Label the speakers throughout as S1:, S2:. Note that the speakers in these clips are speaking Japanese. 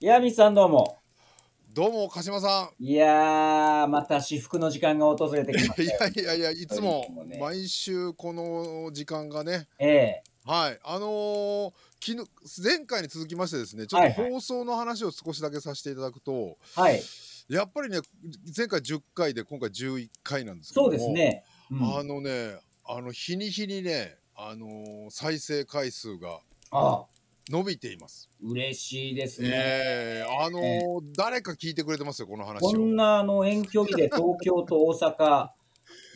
S1: ヤミさんどうも。
S2: どうも鹿島さ
S1: いやー、また至福の時間が訪れてきま
S2: ん。い
S1: し
S2: や
S1: たよ。
S2: いやいやいつ
S1: いつも
S2: も
S1: ね
S2: 毎週この時間がね、
S1: ええ
S2: はい、あのー昨日前回に続きましてですね、ちょっ
S1: は
S2: と
S1: いはい
S2: 放送の話を少しだけさせていただくと、
S1: はい、
S2: やっぱりね、前回10回で今回11回なんですけど
S1: そ
S2: も、
S1: うですね。うん
S2: あのね、あの日に日にね、あのー再生回数が
S1: ああ、
S2: 伸びています。
S1: 嬉しいですね。
S2: ええあのー誰か聞いてくれてますよこの話を。
S1: こんなあの遠距離で東京と大阪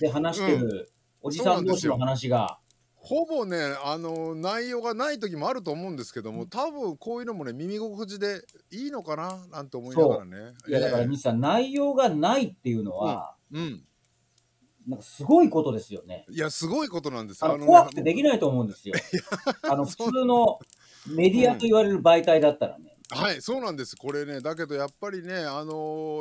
S1: で話してるおじさん同士の話が。
S2: ほぼねあの内容がない時もあると思うんですけども多分こういうのもね耳心地でいいのかななんて思いながらね。
S1: いや、だから
S2: ええ
S1: 西さん、内容がないっていうのは、
S2: うん、
S1: なんかすごいことですよね。
S2: いやすごいことなんです
S1: あ
S2: よ
S1: の
S2: あのね
S1: 怖くてできないと思うんですよ。 あの普通のメディアと言われる媒体だったらね。
S2: はいそうなんですこれねだけどやっぱりねあの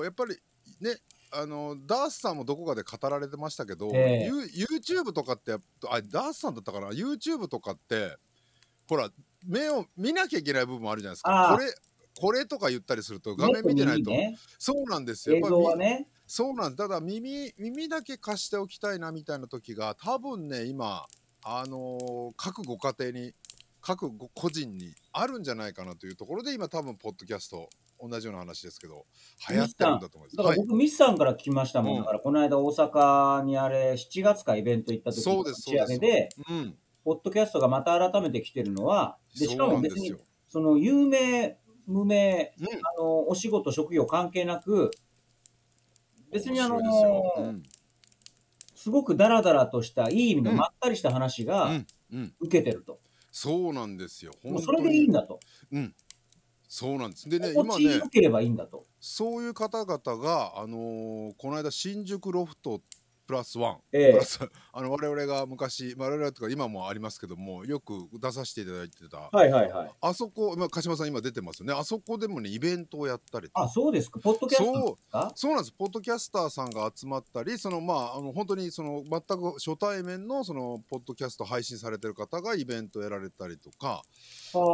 S2: ーやっぱりねあのーダースさんもどこかで語られてましたけど、
S1: ええ
S2: ユ YouTube とかってやっあダースさんだったかな YouTube とかってほら目を見なきゃいけない部分もあるじゃないです
S1: ああ
S2: かこれこれとか言ったりすると画面見てないと、
S1: ね
S2: そうなんですよ
S1: 映
S2: やっぱり
S1: 像はね。
S2: そうなんです。ただ耳、耳だけ貸しておきたいなみたいな時が、多分ね、今、あのー各ご家庭に、各ご個人にあるんじゃないかなというところで、今多分、ポッドキャスト、同じような話ですけど、流行ってるんだと思い
S1: だ
S2: ます。
S1: か
S2: は
S1: ら
S2: い。
S1: 僕、ミスさんから聞きましたもん、
S2: うん
S1: だからこの間大阪にあれ、7月かイベント行った時
S2: そ
S1: の
S2: うです
S1: 打ち上げで、
S2: うん。
S1: ポッドキャストがまた改めて来てるのは、でしか
S2: そうな
S1: も
S2: んで
S1: 別
S2: す
S1: に
S2: よ。
S1: その有名、無名、
S2: うん
S1: あのお仕事、職業関係なく、別にあの
S2: 面白いですようん
S1: すごくダラダラとした、いい意味の
S2: うん
S1: まったりした話
S2: う
S1: が
S2: んうん。
S1: 受けてると、
S2: そうなんですよ。
S1: もう
S2: 本
S1: そ
S2: 当
S1: れでいいん
S2: に。
S1: だと、
S2: そうなんです。でね、
S1: 心
S2: 今
S1: 地
S2: ね
S1: よ、ければいいんだと、
S2: そういう方々が、あのーこの間、新宿ロフトプラスワン、
S1: ええ
S2: プラスあの我々が昔我々とか今もありますけどもよく出させていただいてた
S1: はいはいはい。
S2: あそこ、まあ、鹿島さん今出てますよねあそこでもねイベントをやったりと
S1: あ、そうですか、ポッドキャストなんですか
S2: そうなんですポッドキャスターさんが集まったりそのまああの本当にその全く初対面のそのポッドキャスト配信されてる方がイベントやられたりとか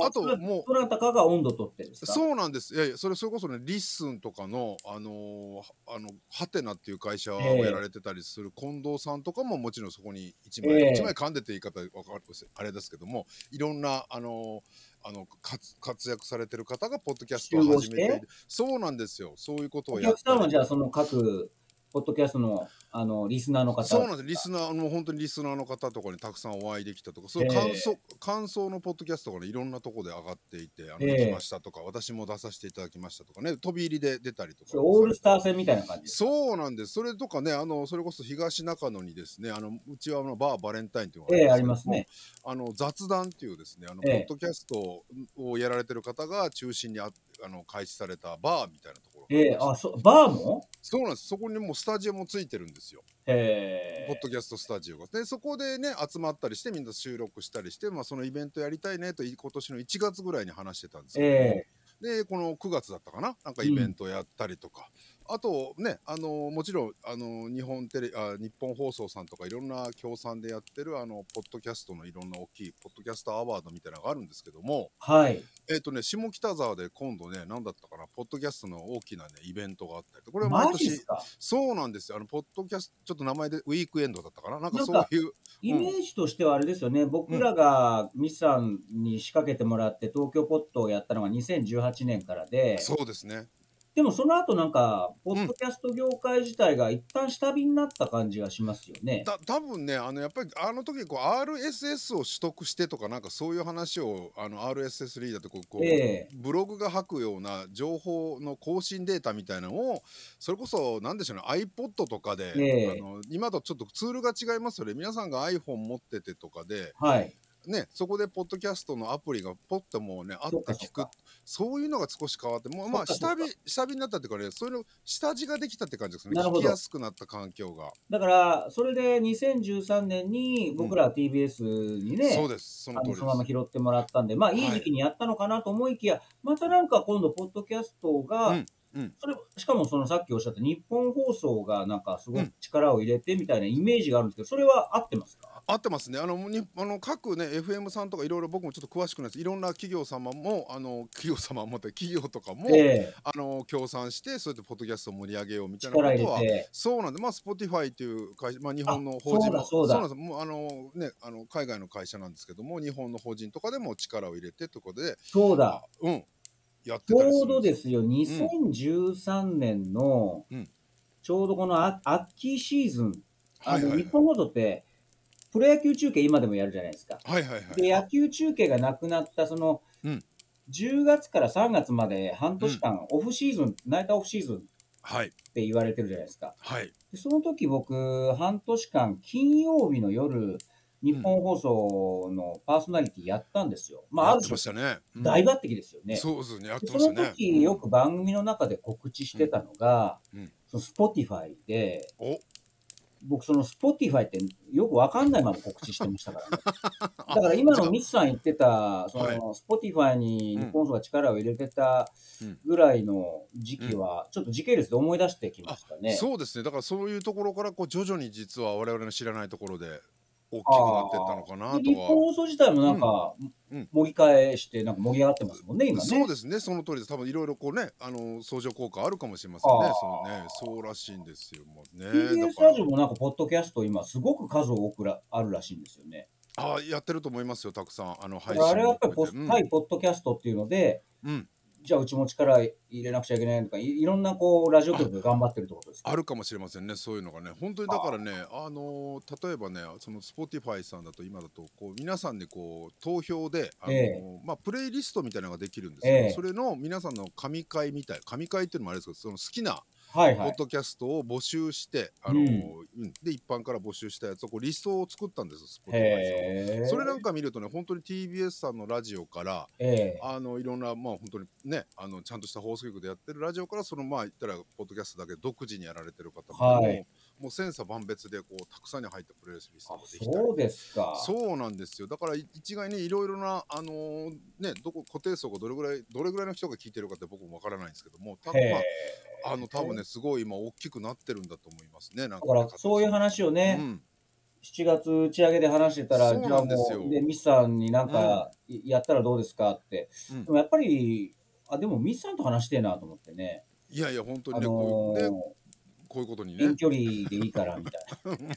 S2: あと
S1: それ
S2: もう
S1: どなたかが温度取ってるんですか
S2: そうなんですいやいやそれそれこそねリッスンとかのあのーあのハテナっていう会社をやられてたりする近藤さんとかももちろんそこに一枚、
S1: ええ
S2: 一枚噛んでって言い方わかるあれですけどもいろんなあのーあの活活躍されてる方がポッドキャストを始めてい
S1: 集合
S2: るそうなんですよそういうことを
S1: お
S2: やっ
S1: 客さん
S2: た
S1: は
S2: り
S1: じゃあその各ポッドキャストのあのリスナーの方
S2: そうなんですリスナーの本当にリスナーの方とかにたくさんお会いできたとかそういう感想、感想のポッドキャストがねいろんなとこで上がっていてあの、
S1: ええ
S2: 来ましたとか私も出させていただきましたとかね飛び入りで出たりとか
S1: それオールスター戦みたいな感じです。
S2: そうなんです。それとかね、あのそれこそ東中野にですね、あのうちはあのバーバレンタインというのが
S1: ええあ
S2: る
S1: り
S2: んで
S1: ますす
S2: けども
S1: ね。。
S2: あの雑談っていうですね、あの、
S1: ええ
S2: ポッドキャストをやられてる方が中心にああの開始されたバーみたいなところがり
S1: ええ
S2: まして
S1: あ、そう、バーも
S2: そうなんです。そこにもうスタジオもついてるんですよ。
S1: え
S2: ポッドキャストスタジオが。で、そこでね、集まったりして、みんな収録したりして、まあ、そのイベントやりたいねと、い今年の1月ぐらいに話してたんです
S1: え
S2: けども、
S1: え
S2: でこの9月だったかななんかイベントやったりとか、あとねあのもちろんあの日本テレあ日本放送さんとかいろんな協賛でやってるあのポッドキャストのいろんな大きいポッドキャストアワードみたいなのがあるんですけども
S1: はい。
S2: えっ、とね下北沢で今度ね何だったかなポッドキャストの大きなねイベントがあったりとこれは毎
S1: マジです
S2: 年
S1: か
S2: そうなんですよあのポッドキャストちょっと名前でウィークエンドだったかななん
S1: な
S2: か
S1: ん
S2: そ
S1: か
S2: ういう
S1: イメージとしてはあれですよね、僕らがミスさんに仕掛けてもらって東京ポットをやったのが2018年からで、
S2: そうですね
S1: でもその後なんか、ポッドキャスト業界自体が一旦下火になった感じがしますよね。
S2: だ多分ねあのやっぱりあの時こう RSS を取得してとかなんかそういう話をあの RSS リーダーとこうこう、
S1: ええ
S2: ブログが吐くような情報の更新データみたいなのをそれこそ何でしょうね iPod とかで、
S1: ええ
S2: あの今とちょっとツールが違いますよね皆さんが iPhone 持っててとかで、
S1: はい。
S2: ね、そこでポッドキャストのアプリがポッともうねあって
S1: そうか
S2: 聞くそういうのが少し変わってもうまあ
S1: そうかそ
S2: 下
S1: うか
S2: 火下火になったっていうかねそういうの下地ができたって感じですね
S1: なるほ
S2: 聞
S1: ど
S2: きやすくなった環境が、
S1: だから、それで2013年に僕らは TBS にね、
S2: そうですその
S1: あの
S2: 通りです
S1: そのまま拾ってもらったんで、まあ、いい時期にやったのかなと思いきや、またなんか今度、ポッドキャストが、
S2: うんうん
S1: それしかもそのさっきおっしゃった日本放送がなんかすごく力を入れてみたいなイメージがあるんですけど、それは合ってますか
S2: 合ってますね。あのにあの各ね FM さんとかいろいろ僕もちょっと詳しくないです。いろんな企業様もあの企業様もって企業とかも、
S1: ええ
S2: あの協賛してそうやってポッドキャストを盛り上げようみたいなこ
S1: 力入
S2: と
S1: れ
S2: は
S1: て。
S2: そうなんで、まあ、Spotify という会社、まあ、日本の法人も
S1: あそうだそうだ
S2: なんですもうあの、ね、あの海外の会社なんですけども、日本の法人とかでも力を入れてということで、
S1: そう
S2: あ
S1: だ。
S2: うん、やって
S1: ち
S2: たり
S1: ょ
S2: す
S1: う
S2: る
S1: ど
S2: んで
S1: ですすよ、2013年の
S2: うん、
S1: ちょうどこのあ秋シーズン、あ
S2: はいは
S1: の
S2: いはい
S1: 日本ごとって、プロ野球中継今でもやるじゃないですか。
S2: はいはいはい。
S1: で、野球中継がなくなった、その、
S2: うん
S1: 10月から3月まで半年間、オフシーズン、ナイターオフシーズンっ
S2: はい
S1: て言われてるじゃないですか。
S2: はい
S1: でその時僕、半年間、金曜日の夜、日本放送のパーソナリティやったんですよ。まあ、
S2: や
S1: あ
S2: っ
S1: る
S2: て
S1: 種
S2: まし、たね。うん
S1: 大抜擢ですよね。
S2: そうですね、やっ
S1: で
S2: て
S1: そ
S2: ました
S1: の
S2: ね。
S1: 時、よく番組の中で告知してたのが、
S2: うんうん
S1: その Spotify で、
S2: お
S1: 僕、その Spotify ってよくわかんないまま告知してましたから ね。だから今のミスさん言ってた、そ
S2: は
S1: の Spotify に日本層が力を入れてた
S2: うん
S1: ぐらいの時期は、ちょっと時系列で思い出してきましたね。
S2: そうですね、だからそういうところからこう徐々に実は我々の知らないところで大きくなってったのかな
S1: で
S2: と
S1: 日本
S2: は。
S1: 放送自体もなんか、
S2: うんうん
S1: 盛り返して、なんか盛り上がってますもんね、今ね。
S2: そうですね、その通りです。多分いろいろこうね、あの相乗効果あるかもしれませんね
S1: あー。
S2: そうね、そうらしいんですよ。もうね、だ
S1: TBS
S2: から
S1: ラジオもなんか、ポッドキャスト、今、すごく数多くらあるらしいんですよね。
S2: あーやってると思いますよ。たくさんあの
S1: だ
S2: 配
S1: から
S2: 信
S1: あれはやっぱり
S2: も
S1: ポ
S2: 含
S1: ス、
S2: めて
S1: 対ポッドキャストっていうので、
S2: うん、うん
S1: じゃあ、うちも力入れなくちゃいけないとか、いいろんなこうラジオ局が頑張ってるってことですか。
S2: あるかもしれませんね。そういうのがね、本当にだからね、あのー例えばね、その Spotify さんだと今だとこう皆さんでこう投票で、あのー
S1: え
S2: まあプレイリストみたいなのができるんですけど、
S1: ええ
S2: それの皆さんの神回みたい、神回っていうのもあれですけど、その好きな
S1: はい
S2: ポ
S1: は
S2: ッ
S1: い。
S2: ドキャストを募集して、あのーうんで一般から募集したやつをこうリストを作ったんです。Spotify さんは。
S1: へえ。
S2: それなんか見るとね、本当に TBS さんのラジオから。
S1: ええ。
S2: あのいろんな、まあ、本当にねあのちゃんとした放送局でやってるラジオからそのまあ言ったらポッドキャストだけ独自にやられてる方も,、
S1: はい
S2: もう千差万別でこうたくさんに入ったプレイリスト
S1: あ
S2: ができたり
S1: そうですか。
S2: そうなんですよだからい一概にいろいろな、あのーね、どこ固定層がどれぐらいどれぐらいの人が聞いてるかって僕もわからないんですけどもた、
S1: へえ
S2: ま。あ、あの多分ねすごい今大きくなってるんだと思いますねな
S1: だ
S2: んか
S1: か
S2: ね
S1: ら、そういう
S2: 形
S1: 話を
S2: う
S1: ね、
S2: ん
S1: 7月打ち上げで話してたら、
S2: そう
S1: じゃ
S2: な
S1: あ
S2: んですよ
S1: もう、で、ミスさんになんか、いやったらどうですかって。
S2: うん
S1: でもやっぱり、あ、でもミスさんと話してえなと思ってね。
S2: いやいや本当
S1: あ
S2: にね、
S1: の
S2: こういう
S1: ー
S2: ね、こういうことにね
S1: 遠距離でいいからみたいな。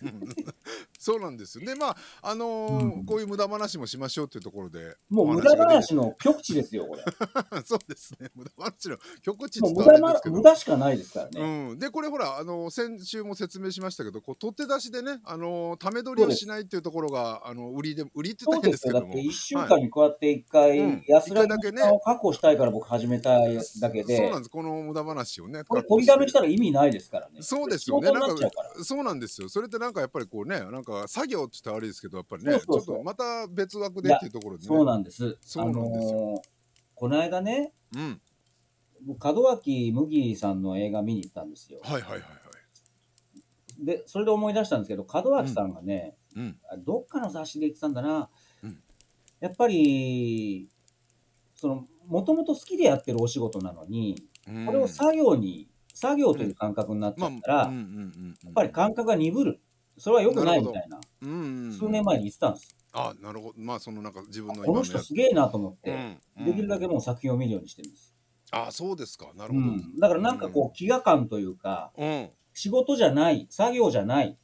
S2: そうなんですよ。で、まあ、あのー
S1: うん
S2: こういう無駄話もしましょうというところで。
S1: もう無駄話の極致ですよ、これ。
S2: お話ができ そうですね。無駄話の極地
S1: もう
S2: 伝
S1: 無
S2: わ
S1: 駄
S2: るんで
S1: な
S2: す、けど
S1: 無。駄しかないですからね。
S2: うん、でこれほら、あのー先週も説明しましたけどこう取って出しでね、あのーため取りをしないっていうところが、あの売りで売りって
S1: そ
S2: 大
S1: う
S2: 変
S1: で
S2: ですすけ
S1: よ。だ
S2: ど
S1: っ
S2: も
S1: て1週間にこうやって1回安らぎの時間を確保したいから僕始めたやつだけ
S2: そう
S1: で
S2: なん、ですこの無駄話をね
S1: これ取りだめしたら意味ないですからね。
S2: そうですよね
S1: 仕事になっちゃうから。
S2: そうなんですよそれってなんかやっぱりこうねなんか作業って言ったら悪いですけどやっぱりね
S1: そうそうそう
S2: ちょっとまた別枠でっていうところでね
S1: そうなんです。
S2: そうなんです
S1: あのーこの間ね、
S2: うん
S1: 僕門脇麦さんの映画見に行ったんですよ。
S2: はいはいはいはい
S1: で、それで思い出したんですけど、門脇さんがね、
S2: うん
S1: どっかの雑誌で言ってたんだな、
S2: うん
S1: やっぱり、その、もともと好きでやってるお仕事なのに、
S2: うん
S1: これを作業に、作業という感覚になっちゃったら、
S2: うんうんうんうん、
S1: やっぱり感覚が鈍る。それは良くないみたいな、
S2: うんうんうん
S1: 数年前に言ってたんです。
S2: あなるほどまあそのなんか自分の
S1: この
S2: や
S1: 人すげえなと思っ
S2: う
S1: て、
S2: んうん
S1: できるだけもう作品を見るようにしてるんです。
S2: あそうですかなる
S1: う
S2: ほど
S1: ん、だからなんかこう、飢餓感というか、
S2: うん、
S1: 仕事じゃない、作業じゃない、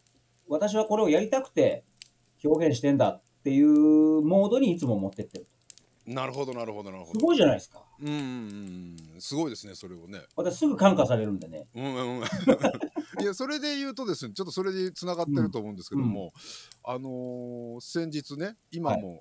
S1: 私はこれをやりたくて表現してんだっていうモードにいつも持ってってる。
S2: なるほどなるほどなるほ
S1: す
S2: ど
S1: ごいじゃないですか。
S2: うんうんうんすごいですねそれをね
S1: 私すぐ感化されるんでね。
S2: うん うんうんいやそれで言うとですねちょっとそれでつながってると思うんですけども、あのー先日ね今も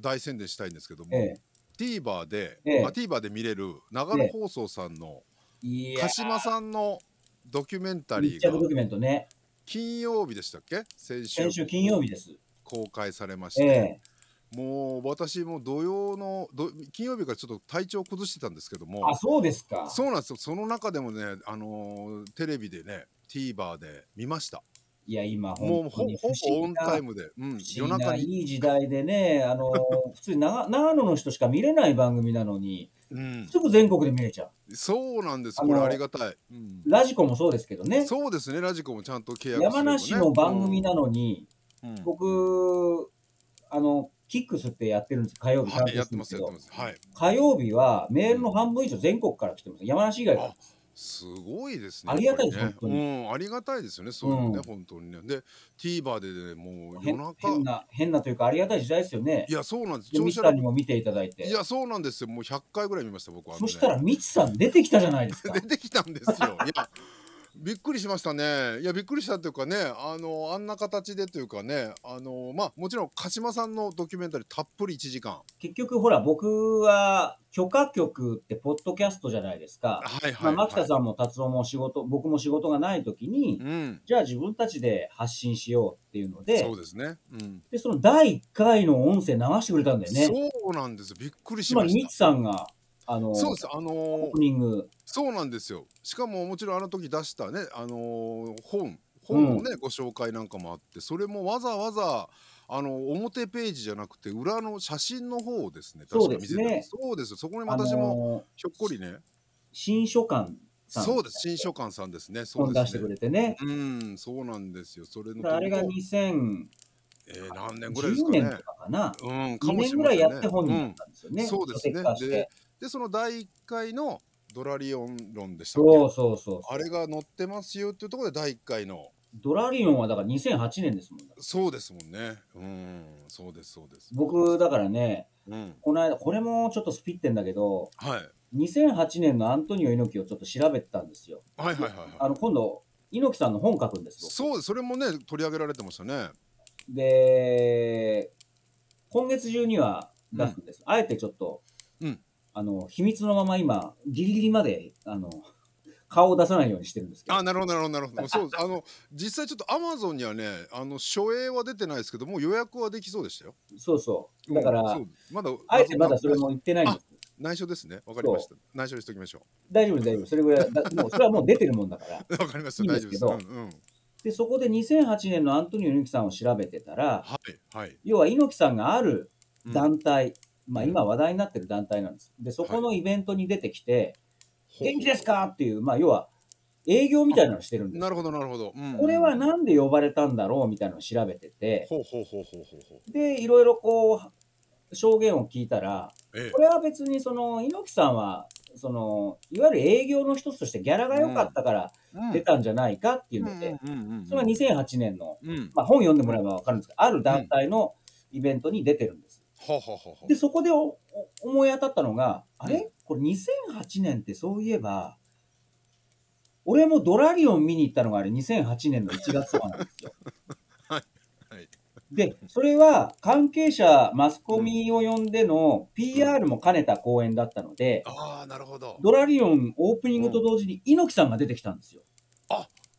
S2: 大宣伝したいんですけども、
S1: え
S2: TVer で、
S1: ええ
S2: まあ、TVer で見れる長野放送さんの
S1: え。いや
S2: 鹿島さんのドキュメンタリ
S1: 密
S2: ーが
S1: 着ドキュメントね。
S2: 金曜日でしたっけ先週
S1: 先週金曜日です。
S2: 公開されまして、
S1: ええ。
S2: もう私も土曜のど金曜日からちょっと体調崩してたんですけども
S1: あ、そうですか。
S2: そうなんですよその中でもね、あのーテレビでね TVer で見ました
S1: いや、今、
S2: もう
S1: 本当
S2: ほ
S1: に
S2: ほ
S1: 不
S2: ぼオ
S1: 思議
S2: ンタ
S1: な
S2: イ。ムで、う
S1: 不思
S2: ん、夜
S1: 議
S2: 中
S1: な
S2: に、
S1: いい時代でね、あ の普通に長長野の人しか見れない番組なのに、
S2: うん、
S1: すぐ全国で見れちゃ
S2: そうなんです
S1: あ
S2: こ
S1: の
S2: れありがたい、うん
S1: う。ラジコもそうですけどね、
S2: そうですねラジコもちゃんと契約すればね
S1: 山梨の番組なのに、
S2: うんうん
S1: 僕、あの、キックスってやってるんです火曜日、
S2: はい、
S1: 担
S2: や
S1: 当
S2: っ
S1: してるん
S2: ま
S1: です
S2: す
S1: け
S2: やって
S1: ど、
S2: ますは
S1: 火
S2: い
S1: 曜日はメールの半分以上全国から来てます。山梨以外から。
S2: すごいですね。
S1: ありがたいです
S2: やっぱりね
S1: 本
S2: うん、ありがたいですよね。そういうのね、
S1: うん
S2: 本当にね。で、TVer でね、もう夜
S1: 変
S2: 中、
S1: 変な、変なというかありがたい時代ですよね
S2: い。や、そうなんです。
S1: で、
S2: 長
S1: ミチ
S2: 射
S1: さん
S2: 力
S1: にも見ていただいて
S2: い。や、そうなんですよ。もう100回ぐらい見ました、僕は、ね。。
S1: そしたら、ミチさん出てきたじゃないですか
S2: 出てきたんですよ。いや、びっくりしましたね。いや、びっくりしたというかね、あの、あんな形でというかね、あの、まあ、もちろん、鹿島さんのドキュメンタリーたっぷり1時間。
S1: 結局、ほら、僕は許可局ってポッドキャストじゃないですか。
S2: はい
S1: ま
S2: は
S1: あ、
S2: い、はい。
S1: 牧田さんも達郎も仕事、僕も仕事がない時に、
S2: うん。
S1: じゃあ自分たちで発信しようっていうので、
S2: そうですね。うん。
S1: で、その第1回の音声流してくれたんだよね。
S2: そうなんです。びっくり
S1: つ
S2: し
S1: ま
S2: ま
S1: り、
S2: し
S1: ミ
S2: た
S1: ツ。さんが、あの、
S2: そうです。あの
S1: オープニング、
S2: そうなんですよ。しかももちろんあの時出したね、あのー本本のね、ご紹介なんかもあってそれもわざわざあの表ページじゃなくて裏の写真の方をですね
S1: そう
S2: 確か
S1: で
S2: 見
S1: す
S2: せて
S1: ね
S2: たそうですそこに
S1: あの
S2: 私もひょっこりね、
S1: 新書館さん
S2: そうです新書館さんですねそ
S1: 本
S2: う
S1: 出
S2: で
S1: し
S2: す
S1: てく
S2: ね
S1: れてね。
S2: うんそうなんですよそれの
S1: あれが
S2: 投稿
S1: 2010
S2: えー何年ぐらいですかね
S1: 年とかかな。
S2: うんか
S1: 2
S2: もし
S1: 年
S2: れ
S1: ぐ
S2: ま
S1: ら
S2: せ
S1: い
S2: ん
S1: や
S2: ね
S1: って本にな
S2: うん
S1: ったんですよね。
S2: そうです
S1: 書
S2: ね
S1: 籍化し
S2: で
S1: て。
S2: でその第一回のドラリオン論でしたっけ
S1: そうそうそう。
S2: あれが載ってますよっていうところで第一回の
S1: ドラリオンはだから2008年ですもん。
S2: そうですもんね。うん、そうです、そうです。
S1: 僕、だからね、
S2: うん、
S1: この間、これもちょっとスピってんだけど、
S2: はい、
S1: 2008年のアントニオ猪木をちょっと調べてたんですよ。
S2: はい、はい、はいは
S1: あの、今度、猪木さんの本書くんで
S2: い。
S1: す、僕
S2: そう、それもね、取り上げられてましたね。
S1: で、今月中には出すんです。あえてちょっと、
S2: うん
S1: あの、秘密のまま今、ギリギリまで、あの、顔を出さないようにしてるんですけど。
S2: あ、なるほど、なるほど、なる ほど。そう、あの、実際ちょっとアマゾンにはね、あの、初映は出てないですけども、予約はできそうでしたよ。
S1: そうそ
S2: うん
S1: う。だから、
S2: そうまだ、
S1: あえてまだそれも言ってないんです。
S2: 内緒ですね。わかりました。内緒にしておきましょ
S1: 大丈夫です、大丈夫です。それぐらい、だもう、それはもう出てるもんだから。
S2: う。 わかりました。
S1: いいん
S2: 大
S1: で
S2: 丈
S1: す
S2: 夫
S1: け
S2: です。
S1: ど
S2: うん、うん、
S1: で、そこで2008年のアントニオ猪木さんを調べてたら、
S2: はい、はい。
S1: 要は猪木さんがある
S2: うん
S1: 団体、まあ
S2: うん
S1: 今話題になってる団体なんです。で、そこのイベントに出てきて、
S2: ほう
S1: 元気ですかっていう、まあ要は営業みたいなのをしてるんです
S2: なるほど、なるほど。うん
S1: これは。なんで呼ばれたんだろうみたいなのを調べてて、
S2: ほうほうほうほうほうほう。
S1: で、いろいろこう、証言を聞いたら、
S2: ええ
S1: こ。れは別にその、猪木さんは、その、いわゆる営業の一つとしてギャラが良かったから
S2: うん
S1: 出たんじゃないかっていう
S2: うん
S1: ので、
S2: うんうんうんうん
S1: それが2008年の、
S2: うん。
S1: まあ本読んでもらえばわかるんですけど、ある団体のイベントに出てるんです。
S2: ほうほうほうほう
S1: で、。そこでおお思い当たったのが、あ
S2: うん
S1: れこれ2008年ってそういえば、俺もドラリオン見に行ったのがあれ2008年の1月とかなんですよ。
S2: はいはい
S1: で、それは関係者、マスコミを呼んでの PR も兼ねた公演だったので、
S2: ああ、なるほど。
S1: ドラリオンオープニングと同時に猪木さんが出てきたんですよ。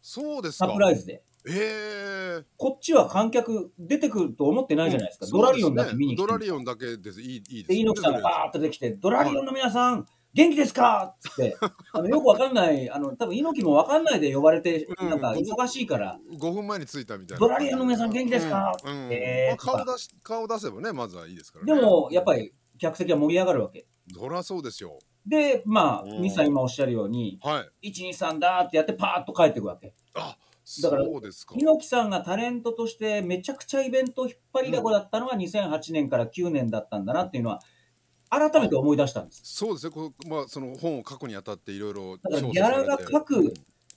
S2: そうです
S1: サ
S2: か
S1: プ。ライズで。
S2: ええ
S1: こっちは観客出てくると思ってないじゃないですか。
S2: うん
S1: ドラリオンだって見に来て
S2: ド
S1: る
S2: ラリオンだけです。いい、いいです
S1: で、
S2: ね。
S1: 猪木さんがバーッと出てきて、ドラリオンの皆さん、元気ですかっつって、 あのよくわかんない、あの多分猪木もわかんないで呼ばれて、
S2: うん
S1: なんか忙しいから、
S2: 5分前に着いたみたいな。
S1: ドラリオンの皆さん元気ですか
S2: うんうん
S1: えー
S2: まあ顔出し、顔出せばね、まずはいいですから
S1: で
S2: ね。
S1: もやっぱり客席は盛り上がるわけ。
S2: そりゃそうですよ。
S1: で、まあ、
S2: うん
S1: ミさん今おっしゃるように、
S2: はい。
S1: 1、2、3だーってやって、パーッと帰っていくわけ。だから
S2: そうですか。
S1: 猪木さんがタレントとして、めちゃくちゃイベント引っ張りだこだったのが2008年から9年だったんだなっていうのは、改めて思い出したんです。
S2: そうですね。こうまあ、その本を書くにあたっていろいろ
S1: だからギャラが各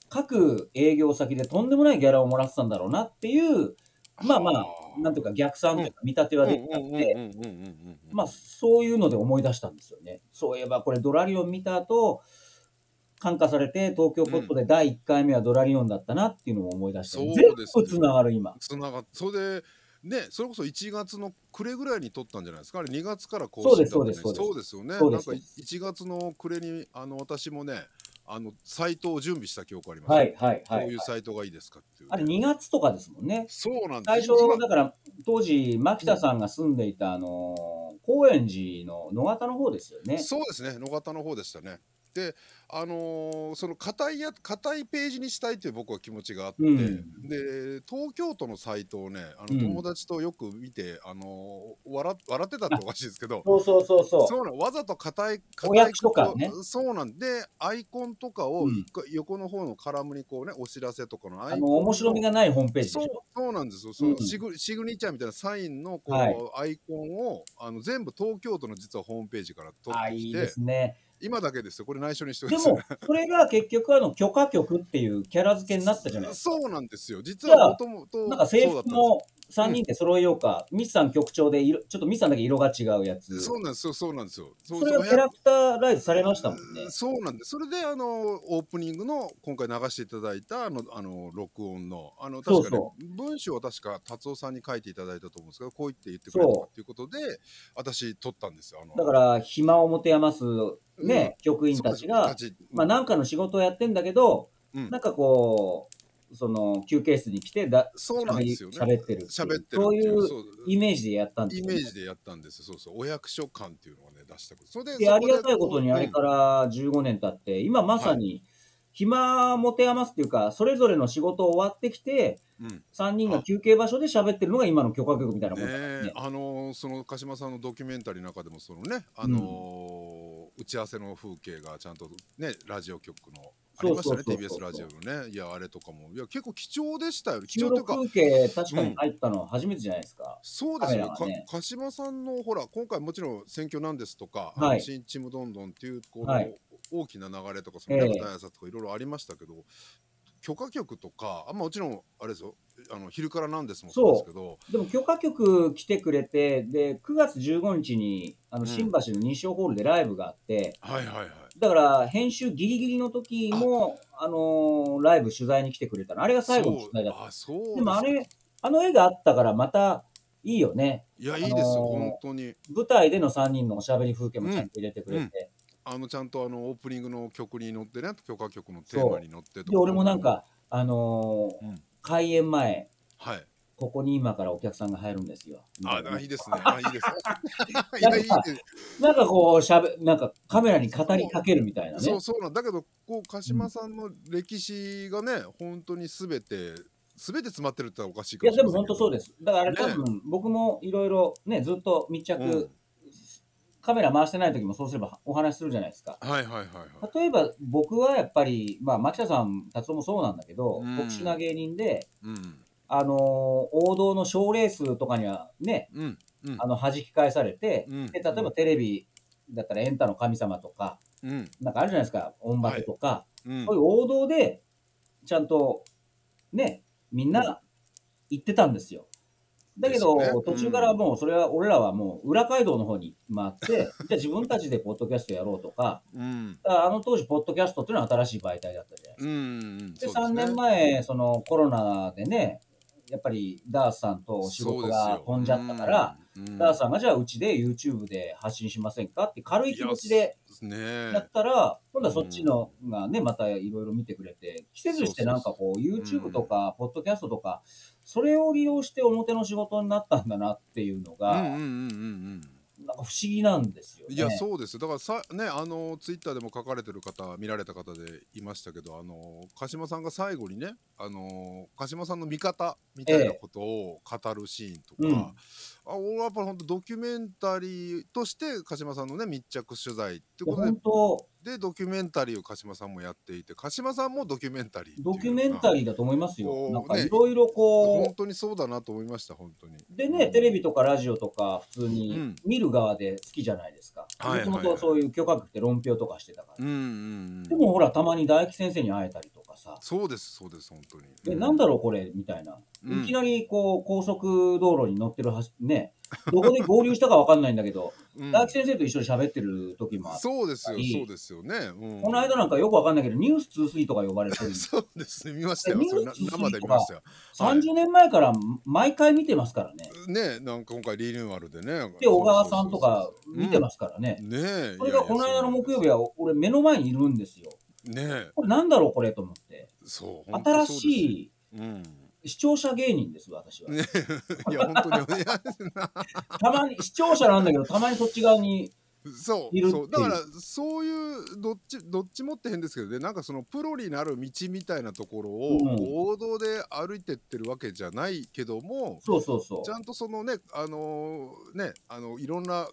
S1: 各営業先でとんでもないギャラをもらってたんだろうなっていう、まあまあ、なんていうか逆算というか見立ては
S2: うんう
S1: で
S2: ん
S1: き
S2: う
S1: た
S2: ん
S1: ん
S2: うんうん
S1: で、
S2: うんうんうん。
S1: まあそういうので思い出したんですよね。そういえばこれドラリオン見た後、感化されて東京ポットで第1回目はドラリオンだったなっていうのを思い出して、
S2: そう
S1: 全
S2: ですね
S1: 部つながる今。
S2: つながっそれでねそれこそ1月の暮れぐらいに撮ったんじゃないですかあれ2月から更新だった
S1: そうです
S2: そう
S1: そ
S2: ですよね
S1: そう
S2: な
S1: で
S2: ん
S1: す
S2: か1月の暮れにあの私もねあのサイトを準備した記憶あります、
S1: はいはいは
S2: こう
S1: い
S2: いう。サイトがいいですかっていう
S1: あれ2月とかですもんね。
S2: そうなんで
S1: 最
S2: す
S1: 初、だから当時、牧田さんが住んでいた、あのー高円寺の野方の方ですよね。
S2: そうですね野方の方でしたねであのーその硬いや硬いページにしたいという僕は気持ちがあって、
S1: うん
S2: で東京都のサイトをねあ
S1: う
S2: の
S1: ん
S2: 友達とよく見て、あのー笑っ笑ってたっておかしいですけど
S1: そうそうそうそう。
S2: そうなんわざと硬い
S1: お
S2: 硬い
S1: 役とかね
S2: ことそうなんでアイコンとかを
S1: うん
S2: 横の方のカラムにこうねお知らせとかのア
S1: あ
S2: イ
S1: の
S2: コンを
S1: 面白みがないホームページで
S2: そう
S1: しょ。
S2: そうなんですよ、その
S1: うん
S2: シグシグニチャーみたいなサインのこう、
S1: はい
S2: アイコンをあの全部東京都の実はホームページから取
S1: あ
S2: っ
S1: あ
S2: て
S1: い
S2: き
S1: い
S2: て、
S1: ですね。
S2: 今だけですよ、これ内緒 にしてく
S1: で
S2: ださい。
S1: も、それが結局、あの、許可局っていうキャラ付けになったじゃないです
S2: そうなんですよ、実
S1: じゃ
S2: は
S1: あ
S2: もともと
S1: か。なんか制服も3人で揃えようか、ミスさん局長で色、ちょっとミスさんだけ色が違うやつ。
S2: そうなんですよ、そうなんですよ。そ
S1: そうれがキャラクターライズされましたもんね。
S2: そうなんです。それであのオープニングの今回流していただいたあのあの録音のあの確かね
S1: そ
S2: 文章は確か達夫さんに書いていただいたと思うんですけど、こう言って言ってくれとかっていうことで私撮ったんですよ。あの
S1: だから、暇を持て余す、ね、局員
S2: そう
S1: た
S2: です
S1: ちが、
S2: 立ち
S1: まあ、なんかの仕事をやってんだけど、
S2: うん
S1: なんかこう、その、休憩室に来てだ、
S2: そうなんですよね。
S1: 喋ってるっていう
S2: 喋ってる
S1: そうい
S2: っ
S1: う
S2: てそう
S1: イメージでやったんです
S2: イ
S1: よ
S2: メ
S1: ね
S2: ージでやったんです。そうそう。お役所感っていうのをね出したこと。それで
S1: で、
S2: そ
S1: あ
S2: こ
S1: り
S2: で
S1: がたいことにあれから15年経って、今まさに、暇持て余すっていうか、それぞれの仕事終わってきて、
S2: うんうん
S1: 3人が休憩場所で喋ってるのが今の許可局みたいなも
S2: ね
S1: んだから
S2: え
S1: ね。
S2: あのーその鹿島さんのドキュメンタリーの中でもそのね、あのー打ち合わせの風景がちゃんとねラジオ局のありましたね
S1: そうそうそうそう
S2: TBS ラジオのねいやあれとかもいや結構貴重でしたよ貴
S1: 収
S2: 重という
S1: 録
S2: か
S1: 風景確かに入ったの初めてじゃないですか。
S2: そうですよね
S1: カメラがね
S2: か鹿島さんのほら今回もちろん選挙なんですとか、
S1: はい
S2: あの新ちむどんどんっていうこの
S1: はい
S2: 大きな流れとかその
S1: ええ
S2: 舞台挨拶とかいろいろありましたけど、許可局とかあまあもちろんあれですよあの昼からなんですもそうですけど
S1: でも許可局来てくれて、で、9月15日に、あ
S2: う
S1: の、
S2: ん
S1: 新橋の西尾ホールでライブがあって、
S2: はいはいはい
S1: だから、編集ギリギリの時も、あのーライブ取材に来てくれたの。あれが最後の取材だった
S2: そうあそうす
S1: でもあれ、あの絵があったからまたいいよね。
S2: いや、
S1: あ
S2: い
S1: のー
S2: いですよ、本当に。
S1: 舞台での3人のおしゃべり風景もちゃんと入れてくれて。
S2: あの、ちゃんとあの、オープニングの曲に乗ってね、許可曲のテーマに乗ってと
S1: で、俺もなん、か、あのー
S2: うん
S1: 開演前、
S2: はい。
S1: ここに今からお客さんが入るんですよ。
S2: あ、
S1: ない
S2: いで すね。あ、いいです。いや、いいです。
S1: んかこう、しゃべ、なんかカメラに語りかけるみたいな
S2: そ
S1: ね
S2: う、。そうなんだけど、こう、鹿島さんの歴史がね、本当にすべて、すべて詰まってるって言ったらおかしい
S1: い
S2: か
S1: や、
S2: もし
S1: で
S2: れな
S1: も
S2: い。
S1: 本当そうですす。だから
S2: ね
S1: 多分、僕もいろいろね、ずっと密着、カメラ回してない時もそうすればお話しするじゃないですか。
S2: はいはいはいはい。
S1: 例えば僕はやっぱり、まあ、牧田さん、達夫もそうなんだけど、
S2: うん
S1: 特殊な芸人で、
S2: うん。
S1: あのー王道の賞ーレースとかにはね、
S2: うん。うん
S1: あの、弾き返されて、
S2: うん
S1: で、例えばテレビだったらエンタの神様とか、
S2: うん。
S1: なんかあるじゃないですか、音楽とか、
S2: うん
S1: そういう王道で、ちゃんと、ね、みんな行ってたんですよ。だけど、
S2: ですよね
S1: 途中からもう、それは、俺らはもう、裏街道の方に回 って、じゃあ自分たちでポッドキャストやろうとか、
S2: うん。
S1: だからあの当時、ポッドキャストっていうのは新しい媒体だったじゃない
S2: うんうん。
S1: で
S2: そ
S1: す
S2: うす
S1: か。で、3
S2: ね
S1: 年。前、そのコロナでね、やっぱりダースさんと仕事が飛んじゃったから、
S2: そうですよ、
S1: ダースさんがじゃあうちで YouTube で発信しませんかって軽い気持ちで
S2: うんいやね
S1: やったら、今度はそっちのがね、またいろいろ見てくれて、季節してなんかこう YouTube とか、ポッドキャストとか、それを利用して表の仕事になったんだなっていうのが、
S2: うん
S1: なんか
S2: うんうんうんうん。
S1: 不思議なんですよね。
S2: いや、そうですよだからさ、ね、あのツイッターでも書かれてる方、見られた方でいましたけど、あの鹿島さんが最後にね、あの鹿島さんの見方みたいなことを語るシーンとか、
S1: うん
S2: あ俺はやっぱり本当、ドキュメンタリーとして鹿島さんのね、密着取材ってことで
S1: 本、当、
S2: でドキュメンタリーを鹿島さんもやっていて、鹿島さんもドキュメンタリーっていうの
S1: ド
S2: が
S1: キュメンタリーだと思います
S2: こ
S1: よ。
S2: う
S1: なんか
S2: ね
S1: いろいろこう、
S2: 本当にそうだなと思いました、本当に。
S1: でね、テレビとかラジオとか普通
S2: う
S1: に
S2: ん
S1: 見る側で好きじゃないですか。
S2: は
S1: も
S2: い
S1: とも
S2: はいは
S1: と
S2: い
S1: そういう許可局って論評とかしてたから。
S2: うんうん
S1: で
S2: うん、
S1: もほら、たまに大輝先生に会えたりとかさ、
S2: そうです、そうです、本当に。
S1: え、なんだろうこれみたいな。
S2: うん
S1: いきなりこう、高速道路に乗ってるはし、ね、どこで合流したかわかんないんだけど、
S2: うん、
S1: 大輝先生と一緒に喋ってる時もあって、
S2: そうですよ、
S1: いい
S2: そうですよね。うん
S1: この間なんかよくわかんないけど、ニュース2 3とか呼ばれてるんです。
S2: そうですね、見ましたよ。
S1: ニュー
S2: それな
S1: ス
S2: 生で見ましたよ。はい
S1: 30年前から毎回見てますからね。
S2: ねなんか今回リニューアルでね。。
S1: で、小川さんとか見てますすからね。
S2: うんねえ。
S1: それがこの間の木曜日
S2: は。
S1: は、俺目の前にいるんですよ。
S2: ねえ、
S1: これなんだろうこれと思って。
S2: そう。本
S1: 新
S2: 当そうです
S1: しい
S2: うん。
S1: 視聴者芸人です、私は。
S2: ねいや、本当に。いや
S1: たまに、視聴者なんだけど、たまにそっち側に
S2: そう
S1: いるってい
S2: そううだからそういうどっちどっちもって変ですけどねなんかそのプロになる道みたいなところを
S1: うん
S2: 王道で歩いてってるわけじゃないけども、
S1: そうそうそう
S2: ち。ゃんとそのねあのーねあのいろんな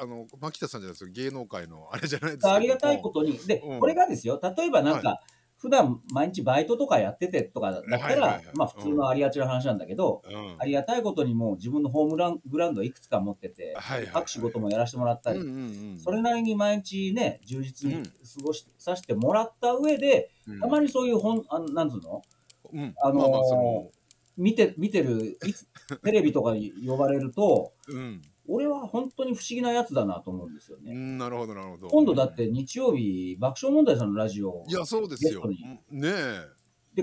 S2: あの牧田さんじゃないですよ芸能界のあれじゃないですけど
S1: ありがたいことに。で、
S2: うん
S1: これがですよ、例えばなんか、普段毎日バイトとかやっててとかだったら、
S2: はいはいはい
S1: まあ普通のありがちな話なんだけど、
S2: うん、
S1: ありがたいことにもう自分のホームラングラウンドいくつか持ってて、
S2: はいはいはい
S1: 各仕事もやらせてもらったり、
S2: うんうんうん
S1: それなりに毎日ね、充実
S2: う
S1: に
S2: ん
S1: 過ごし、させてもらった上で、
S2: うん
S1: たまにそういう本、あのなんつうの
S2: うん
S1: あのー
S2: まあまあその
S1: 見て、見てる、い つテレビとかに呼ばれると、
S2: うん、
S1: 俺は本当に不思議なやつだなと思うんですよ
S2: う
S1: ね。
S2: ん、なるほどなるほど
S1: 今度だって日曜日、爆笑問題さんのラジオ
S2: いやそうですよ
S1: ゲストに
S2: ねえ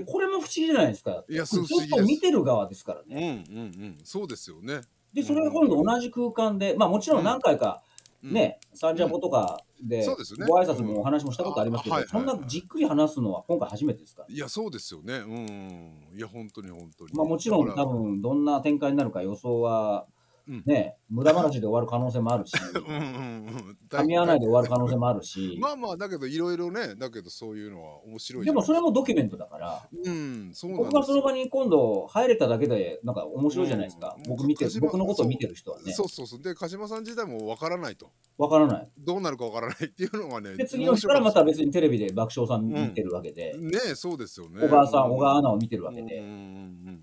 S1: で、これも不思議じゃないですか。
S2: いや
S1: ず
S2: そ
S1: っ
S2: う不思議
S1: と
S2: で
S1: 見
S2: す
S1: てる側ですから
S2: うんう
S1: ね。
S2: んうんそうですよね
S1: で、それが今度同じ空間で、まあもちろん何回か
S2: うん
S1: ね、サンジャポとかで
S2: そうです、ね
S1: ご挨拶もお話もしたことありますけ
S2: うん
S1: ど
S2: あ、は
S1: そ
S2: い
S1: ん
S2: はいはい
S1: なじっくり話すのは今回初めてですから。
S2: いや、そうですよね。うん。いや、本当に本当に。
S1: まあもちろん
S2: だから
S1: 多分どんな展開になるか予想は
S2: うん、
S1: ね、無駄話で終わる可能性もある し、
S2: うんうんうん。
S1: 噛み合わない
S2: で。
S1: で終わる可能性もあるし、
S2: まあまあ、だけど、いろいろね、だけど、そういうのは面白いじ
S1: で
S2: ゃな
S1: もそ
S2: いす
S1: れ
S2: か。
S1: もドキュメントだから、
S2: うん、そうなんです
S1: 僕がその場に今度入れただけで、なんか面白いじゃないですか
S2: うん。
S1: 僕見て
S2: 僕
S1: る、僕のことを見てる人はね、
S2: そうそうそう。で、鹿島さん自体もわからないと。
S1: わからない。
S2: どうなるかわからないっていうのはね。
S1: で、次の日からま た別にテレビで爆笑さん
S2: うん
S1: 見てるわけで、
S2: 面白かった。ねえ、そうですよね。
S1: 小川さ、
S2: うん
S1: 小川アナを見てるわけ
S2: うん
S1: で、
S2: うんうんう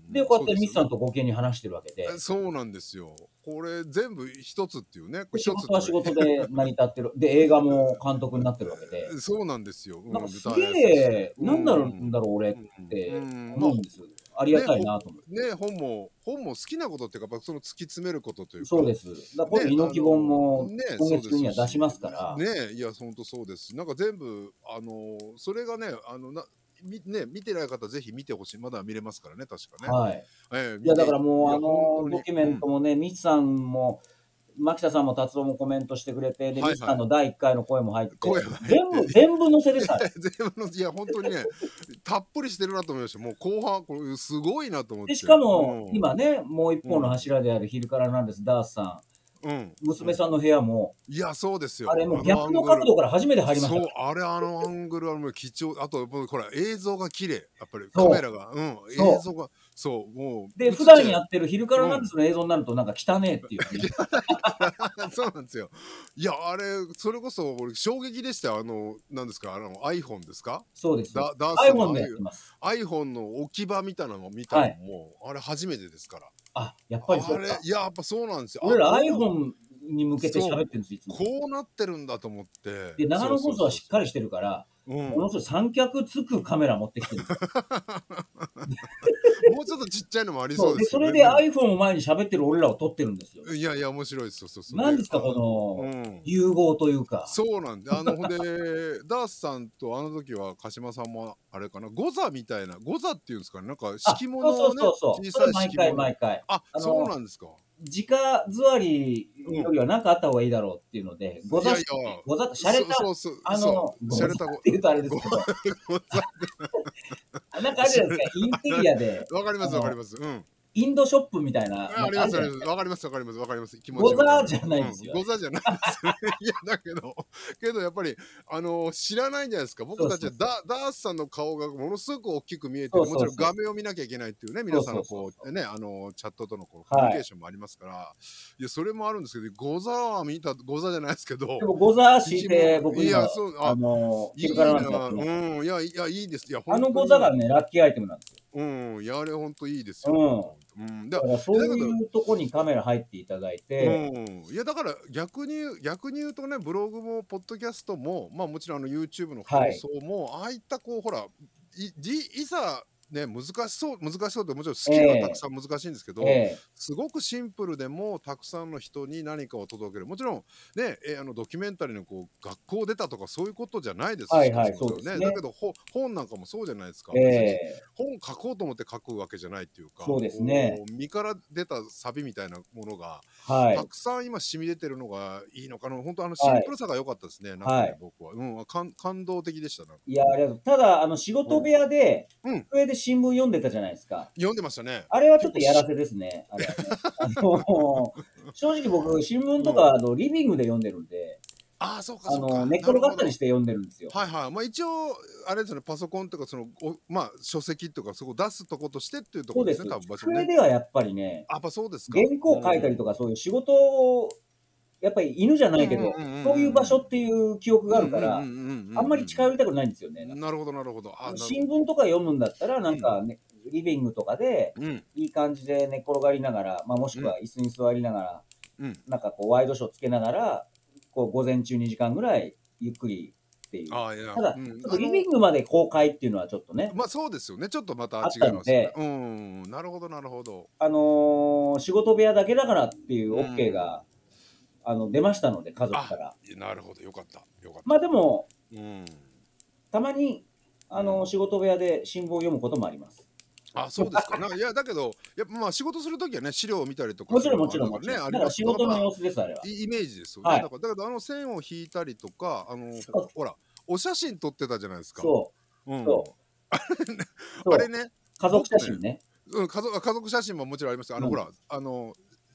S2: ん
S1: で、こうやってミスさ
S2: そ
S1: んと合計に話してるわけで
S2: うですよね、そうなんですよ。これ、全部一つっていうね。これ
S1: 仕
S2: 一つっていう
S1: 事は仕事で成り立ってる、で、映画も監督になってるわけで、
S2: そうなんですよ。
S1: なんかす
S2: う
S1: げえ、
S2: うん
S1: なんだろうんだろう、俺っ
S2: ん
S1: て
S2: うん
S1: 思
S2: まあ
S1: うんですよ。ありがたいなと思って。
S2: ね本も本も好きなことっていうかやっぱその突き詰めることというか
S1: そうです。だから、この猪木本も
S2: ね
S1: 今
S2: そうで
S1: 月
S2: す
S1: 中には出しますから、
S2: ねいや本当そうですなんか全部あのそれがねあのなみね見てない方ぜひ見てほしいまだ見れますからね確かね、
S1: はい。
S2: ええ見
S1: い
S2: て
S1: や、だからもう、
S2: い
S1: あ
S2: や本当
S1: の、
S2: に
S1: ドキュメントもね、ミスさんも、牧田さんも達郎もコメントしてくれて、で、
S2: はいはい
S1: ミスさんの第1回の声も入って、
S2: 声も入って
S1: 全部、全部載せてた。
S2: うん全部のいや本当にねたっぷりしてるなと思いましたもう後半これすごいなと思って
S1: でしかも、
S2: うん
S1: 今ね、もう一方の柱であるヒルカラなんです、ダースさ
S2: うん
S1: ん、娘さんの部屋も、
S2: いやそうですよ
S1: あれもう
S2: あ
S1: 逆
S2: アング
S1: の
S2: ル
S1: 角度から初めて入りました
S2: そう
S1: か
S2: あれあのアングルはもう貴重あともうほら映像が綺麗やっぱり
S1: そ
S2: カ
S1: う
S2: メラがうん
S1: そう
S2: 映像がそうもう
S1: ら。で、
S2: 映っち
S1: 普
S2: ゃう
S1: 段やってるヒルカラなんですの映像になると、なんか汚ねえっていうね、
S2: そうなんですよいやあれそれこそ俺衝撃でしたよあのなんですかあの iPhone ですか
S1: そうです。
S2: ダダンスの
S1: iPhone でやってます。
S2: iPhone の置き場みたいなのを見たのも、あれ初めてですから
S1: あ、やっぱりそ
S2: あ
S1: う
S2: れ
S1: か。
S2: いややっぱそうなんですよ
S1: 俺ら
S2: あ
S1: iPhone に向けて喋ってるんです、いつも。
S2: こうなってるんだと思って
S1: で、長野放送はしっか
S2: り
S1: りしてるから、
S2: うん、
S1: ものすごい三脚つくカメラ持ってきてる。
S2: もうちょっとちっちゃいのもあり
S1: そ
S2: そうう
S1: で
S2: です
S1: そ
S2: よね
S1: れで iPhone を前に喋ってる俺らを撮ってるんですよ。
S2: いやいや面白いですよそうそう
S1: 何ですか、
S2: あ
S1: この
S2: うん
S1: 融合というか。
S2: そうなんで、あの、ほんで、 ダースさんとあの時は鹿島さんもあれかな、ゴザみたいな、ゴザっていうんですかね、なんか
S1: あ、
S2: 敷物
S1: そ
S2: を
S1: う
S2: ね、
S1: そうそうそう。それ
S2: 小さい
S1: 毎
S2: 敷
S1: 回
S2: 物。
S1: 毎回。
S2: あ、
S1: あの
S2: そうなんですか。
S1: 直座りよりは何かあった方がいいだろうっていうので、ござし
S2: いやいや、
S1: ござしゃれた、
S2: そうそうそう
S1: あの
S2: そ、う
S1: ご
S2: 洒
S1: ざっ
S2: 落た
S1: て言うとあれですけど、
S2: ゴザ
S1: あ なんかあるじゃないですか、インテリアで、
S2: わかりますわかります。うん。
S1: インドショップみたいな、
S2: あり
S1: な
S2: ま
S1: ん
S2: す
S1: か
S2: あ
S1: あるじゃない
S2: り
S1: ですか
S2: ますわかりますわかりますわかります気持
S1: ゴ
S2: ち
S1: ザ
S2: わかる
S1: じゃないですよ
S2: うんゴザじゃないですよね いやだけどけどやっぱりあの知らないんじゃないですか僕たち
S1: そう
S2: は
S1: そ
S2: ダダースさんの顔がものすごく大きく見えて
S1: そう
S2: も
S1: そう
S2: ち
S1: そう
S2: ろん画面を見なきゃいけないっていうね皆さんの
S1: そう
S2: こ
S1: そうそう
S2: うねあのチャットとのこうコ
S1: はい
S2: ミュニケーションもありますからいやそれもあるんですけどゴザは見たゴザじゃないですけど
S1: でも、ござ敷いて、
S2: 一番
S1: 僕
S2: い
S1: 今
S2: や、そう
S1: あ
S2: あ
S1: の、
S2: いい
S1: 昼
S2: な
S1: からなんか
S2: うんいやいやいいですいや
S1: あの
S2: 本当
S1: ご
S2: に
S1: ざがね、ラッキーアイテムなんですよ。
S2: うんいやあれ本当いいですようんだ
S1: だから、そういうとこにカメラ入っていただいて、
S2: うん、いやだから逆に逆に言うとねブログもポッドキャストも、まあ、もちろんあの YouTube の放
S1: はい
S2: 送も、ああいったこうほらいいいざね難しそう難しそうってもちろんスキルはたくさん難しいんですけど、
S1: ええ
S2: すごくシンプルでもたくさんの人に何かを届けるもちろんねえーあのドキュメンタリーのこう学校出たとかそういうことじゃないです
S1: はいはい
S2: もちろん
S1: そうですね
S2: だけどほ本なんかもそうじゃないですか、
S1: ええ
S2: 本書こうと思って書くわけじゃないっていうか
S1: そうですね
S2: こう身から出たサビみたいなものが
S1: はい
S2: た。くさん今染み出てるのがいいのかな本当あのシンプルさが良かったですね、なんかね
S1: はい
S2: 僕は、うん、感感動的でしたなんか
S1: いや、ありがとう。ただ、あの、仕事部屋で
S2: うん、
S1: 机で新聞読んでたじゃないですか。
S2: 読んでましたね
S1: あれはちょっとやらせですね。あれ はねあの正直僕、新聞とかあのリビングで読んでるんで、
S2: ああ、そうか、
S1: あ
S2: そうか。
S1: の、寝っ転が
S2: なるほ
S1: っ
S2: ど
S1: たりして読んでるんですよ。
S2: はいはい。まあ一応、あれですよね、パソコンとか、その、おまあ書籍とか、そこ出すとことしてっていうと
S1: そ
S2: こ
S1: う
S2: ろ
S1: で
S2: ですすね、多分場所
S1: 机
S2: ね。
S1: ではやっぱりね、
S2: あ、やっぱそうですか。
S1: 原稿を書いたりとか、そういう仕事を、やっぱり犬じゃないけど、
S2: うんうんうんうん
S1: そういう場所っていう記憶があるから、
S2: ううううう
S1: あんまり近寄りたくないんですよね。
S2: なるほど、なるほど。あ、なるほ
S1: 新聞とか読むんだったら、なんか、ねリビングとかで、
S2: ど。うん、
S1: いい感じで寝っ転がりながら、まあ、もしくは椅子に座りながら、
S2: うん。
S1: なんかこう、ワイドショーつけながら、こう、午前中2時間ぐらい、ゆっくりっていう。
S2: ああ、いや。
S1: ただ
S2: うん
S1: ちょっとリビングまで公開っていうのはちょっとね、
S2: まあそうですよね。ちょっとまた
S1: あっ
S2: 違い
S1: たの
S2: ます
S1: で
S2: ね。うん、なるほど、なるほど。
S1: あのー仕事部屋だけだからっていう
S2: うん
S1: OK が、あの出ましたので、家族から。
S2: いやなるほど、よかった。よかった。
S1: まあでも、
S2: うん。
S1: たまに、あの
S2: うん
S1: 仕事部屋で新聞を読むこともあります。
S2: あ、そうですか。なんかいや、だけど、やっぱまあ仕事するときはね、資料を見たりとか
S1: もちろん、
S2: する
S1: もちろん、
S2: の
S1: も
S2: は
S1: ちろん。
S2: ね、あ
S1: だ
S2: り
S1: か
S2: ま
S1: ら
S2: すけ
S1: 仕
S2: ど
S1: 事の
S2: まあ
S1: 様子です、あれは。
S2: イイメージですよね。
S1: はい
S2: だから、だからあの線を引いたりとか、あの
S1: そう、
S2: ほら、お写真撮ってたじゃないですか。。
S1: そう
S2: ん、
S1: そ
S2: あ
S1: う。そ
S2: れ
S1: う。
S2: ね、
S1: 家族写真ね。
S2: うん、家族家族写真ももちろんありますよあの、
S1: うん
S2: ほら、あの、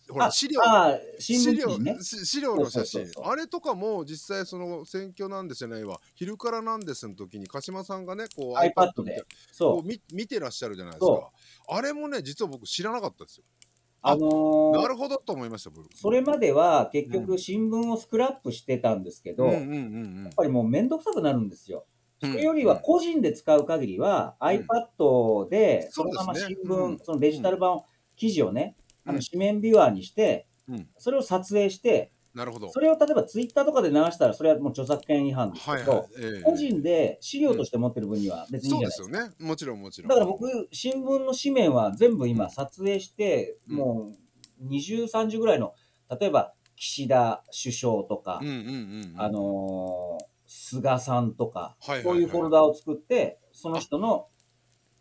S2: ほら、資料
S1: ああ、新
S2: 資
S1: 聞
S2: 料
S1: 記事ね。
S2: し資料の写真
S1: そうそうそうそう
S2: あれとかも実際その選挙なんですじゃないわ昼からなんですの時に鹿島さんがねこう
S1: iPad
S2: みたい
S1: で
S2: な。こ
S1: そうう。
S2: 見見てらっしゃるじゃないですか
S1: そ
S2: あれもね実は僕知らなかったですよ
S1: あの
S2: な
S1: ー
S2: るほどと思いました僕
S1: それまでは結
S2: う
S1: 局新聞をスクラップしてたんですけど、
S2: うんうん
S1: やっ
S2: うん
S1: ぱりもうめんどくさくなるんですよ。
S2: うん
S1: それよりは個人で使う限りは、
S2: ん
S1: iPad でそのまま
S2: そう
S1: 新
S2: です
S1: 聞、
S2: ねうん
S1: そのデジタル版を、記事をね、あ
S2: う
S1: の
S2: ん
S1: 紙面ビューアーにして、
S2: うん
S1: それを撮影して、
S2: なるほど
S1: それを例えばツイッターとかで流したら、それはもう著作権違反です
S2: はい
S1: け
S2: はい
S1: ど、、
S2: ええ
S1: 個人で資料として持ってる分には別にいい
S2: そ
S1: じゃ
S2: うで
S1: ないです
S2: す
S1: か
S2: よ。ねもちろんもちろん
S1: だから僕、新聞の紙面は全部
S2: う
S1: 今
S2: ん
S1: 撮影して、
S2: うん
S1: もう20、30ぐらいの、例えば岸田首相とか、
S2: うんうんうんうん
S1: あのー菅さんとか、
S2: はいはいはい
S1: そういうフォルダを作って、その人の、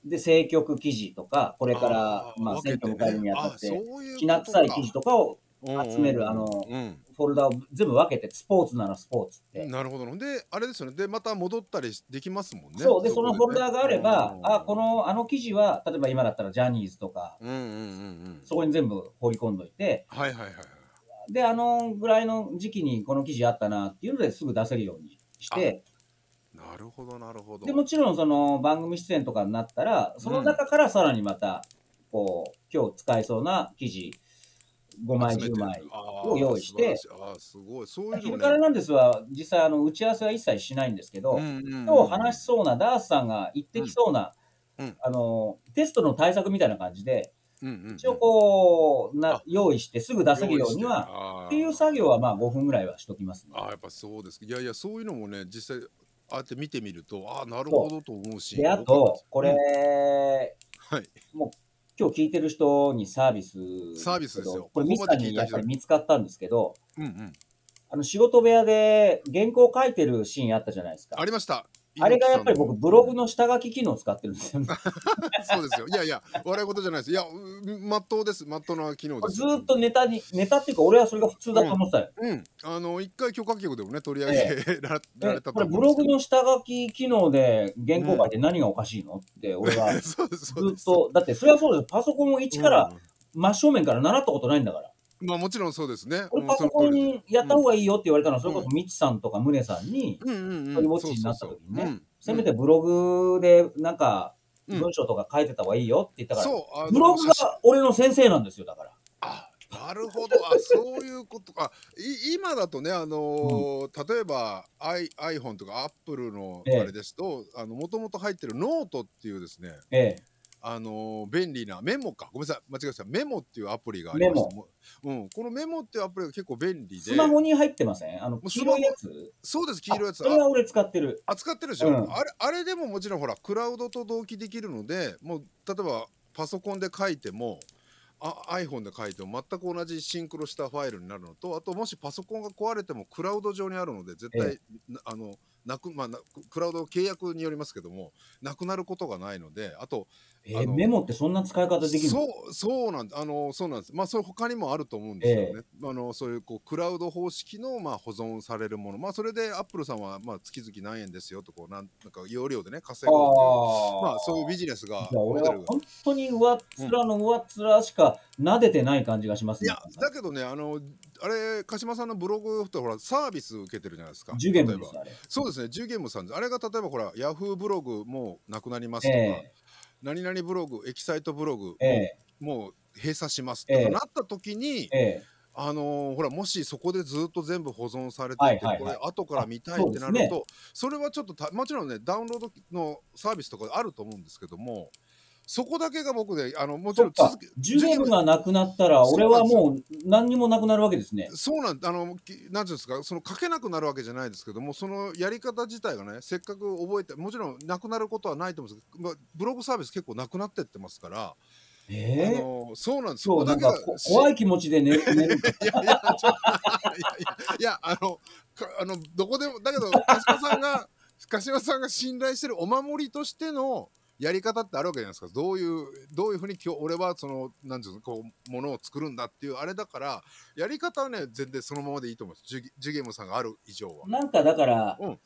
S1: で、政局記事とか、これから、
S2: ー
S1: まあ、
S2: 分
S1: 選
S2: けて
S1: 挙
S2: ね
S1: を迎えるにあたっ
S2: あ
S1: て、
S2: そういう
S1: きな臭い記事
S2: こと
S1: かを、
S2: とか
S1: 集める
S2: うんうんうん
S1: あ
S2: うん
S1: フォルダを全部分けて、スポーツならスポーツって。
S2: なるほど。で、あれですよね。で、また戻ったりできますもんね。
S1: そう、で、そのフォルダーがあれば、あ、こ
S2: の。
S1: の、あの記事は、例えば今だったらジャニーズとか、
S2: うんうんうんうん。
S1: そこに全部放り込んどいて、
S2: はいはいはい。
S1: で、あのぐらいの時期にこの記事あったなっていうのですぐ出せるようにして、
S2: なるほどなるほど。
S1: で、もちろんその番組出演とかになったら、その中からさらにまた、こう、今日使えそうな記事、5枚、10枚。を用意して
S2: あー素晴らしいあーすごい。そういう
S1: 昼
S2: の
S1: から
S2: ね。
S1: なんですは、実際あの、打ち合わせは一切しないんですけど、今日話し
S2: す。
S1: そうな、ダースさんが言ってきそうな、
S2: うんうん
S1: あの、テストの対策みたいな感じで、
S2: うんうんうん
S1: 一応こう、
S2: あ
S1: な、用意してすぐ出せるようには、
S2: は
S1: っていう作業はまあ5分ぐらいはしときますね。
S2: あーやっぱそうです。いやいやそういうのもね実際ああやって見てみるとああなるほどと思うし。
S1: で、あと、こ
S2: うん
S1: れ、
S2: はい。
S1: 今日聞いてる人にサービス。
S2: サービスですよ
S1: これ、
S2: こ
S1: ミ
S2: こ
S1: ス
S2: ま
S1: タ
S2: で
S1: ー
S2: 聞
S1: に
S2: いた
S1: やっ
S2: 人
S1: ぱり見つかったんですけど、
S2: うんうん。
S1: あの、仕事部屋で原稿書いてるシーンあったじゃないですか。
S2: ありました。
S1: あれがやっぱり僕、ブログの下書き機能使ってるんですよね。
S2: そうですよ。いやいや、笑い事じゃないです。いや、うまっとうです。まっとうな機能です
S1: ず
S2: よ。
S1: ーっとネタに、ネタっていうか、俺はそれが普通だと思ってたよ。
S2: うん。あの、一回許可局でもね、取り上げらられ
S1: で
S2: た
S1: ことれ、
S2: 思
S1: ブ
S2: う
S1: ロ
S2: んですけ
S1: グの下書き機能で原稿書いて何がおかしいのって、俺は
S2: ど。 そうです、
S1: ず
S2: そうで
S1: ーっ
S2: す。
S1: と、だって、それはそうです。パソコンを一から
S2: うん
S1: 真正面から習ったことないんだから。
S2: まあ、もちろんそうですね。
S1: これ
S2: うん
S1: パソコ
S2: その通りで
S1: ンやった方がいいよって言われたのは、それこそミチさんとかムネさんに、
S2: すうんうんうん。
S1: これウォッチになった時にね
S2: そうそうそううん
S1: せめてブログでなんか
S2: うん
S1: 文章とか書いてた方がいいよって言ったから、
S2: そう、あの
S1: ブログ
S2: 写真
S1: が俺の先生なんですよ、だから。
S2: あなるほど、あそういうことか。い今だとね、あのー例えば I iPhone とか Apple のあ
S1: ええ
S2: れですと、あのもともと入ってるノートっていうですね、
S1: え
S2: あのー便利なメモかごめんなさい間違えましたメモっていうアプリがありましてもう、うん、このメモっていうアプリが結構便利
S1: え。
S2: で
S1: スマホに入ってませんあの、
S2: う
S1: 黄色いやつ
S2: そうです黄色いやつ
S1: あそれは俺使ってる。
S2: あ扱ってるでしょ、
S1: うん
S2: あれあれでももちろんほらクラウドと同期できるのでもう例えばパソコンで書いてもあ iPhone で書いても全く同じシンクロしたファイルになるのとあともしパソコンが壊れてもクラウド上にあるので絶対、なあのなくまあなクラウド契約によりますけどもなくなることがないのであと
S1: え
S2: あ
S1: ー、
S2: の
S1: メモってそんな使い方できるの
S2: そうそうなんあのそうなんですまあそれ他にもあると思うんですよね、あのそういうこうクラウド方式のまあ保存されるものまあそれでアップルさんはまあ月々何円ですよとこうなんなんか容量でね稼ごうっていう
S1: あ
S2: まあそういう
S1: ビ
S2: ビジネスが
S1: いや俺
S2: モ
S1: は
S2: デルが
S1: 本当に上っ面の上っ面しか撫でてない感じがします
S2: い
S1: ね。
S2: やだけどねあのあれ鹿島さんのブログってほらサービス受けてるじゃないですか
S1: ジュゲーム
S2: 例え
S1: で
S2: ば
S1: す、あれ。
S2: そうですねジュゲームさんですあれが例えばほらヤフーブログもうなくなりますとか、
S1: え
S2: 何々ブログエキサイトブログ、
S1: え、え
S2: もう閉鎖しますと
S1: ええ
S2: かなった時に、
S1: え、え
S2: あのーほらもしそこでずっと全部保存されてて、
S1: はいはいはい
S2: これ後から見たいって
S1: あ
S2: な
S1: そうで
S2: る
S1: すね
S2: とそ,、れはちょっとたもちろんねダウンロードのサービスとかあると思うんですけどもそこだけが僕であの
S1: え。
S2: もち
S1: そ
S2: ろ
S1: っ
S2: ん
S1: か
S2: 続け、
S1: ジュゲームがなくなったら、俺はもう何にもなくなるわけですね。
S2: そうなんあのきなんていうんですかその書けなくなるわけじゃないですけどもそのやり方自体がねせっかく覚えてもちろんなくなることはないと思うんですけど、まあ、ブログサービス結構なくなってってますから、あ
S1: ええ。
S2: のそうなんです
S1: そう、なんかこ怖
S2: い
S1: い気持ちで寝る。 寝る
S2: いやいやちょっといやいやいやあのかあのどこでもだけど柏さんが柏さんが信頼してるお守りとしてのやり方ってあるわけじゃないですかどういうどういうふうに今日俺はそのなんていうのこうものを作るんだっていうあれだからやり方はね全然そのままでいいと思いますジュギジュゲームさんがある以上は。
S1: なんかだから
S2: うん、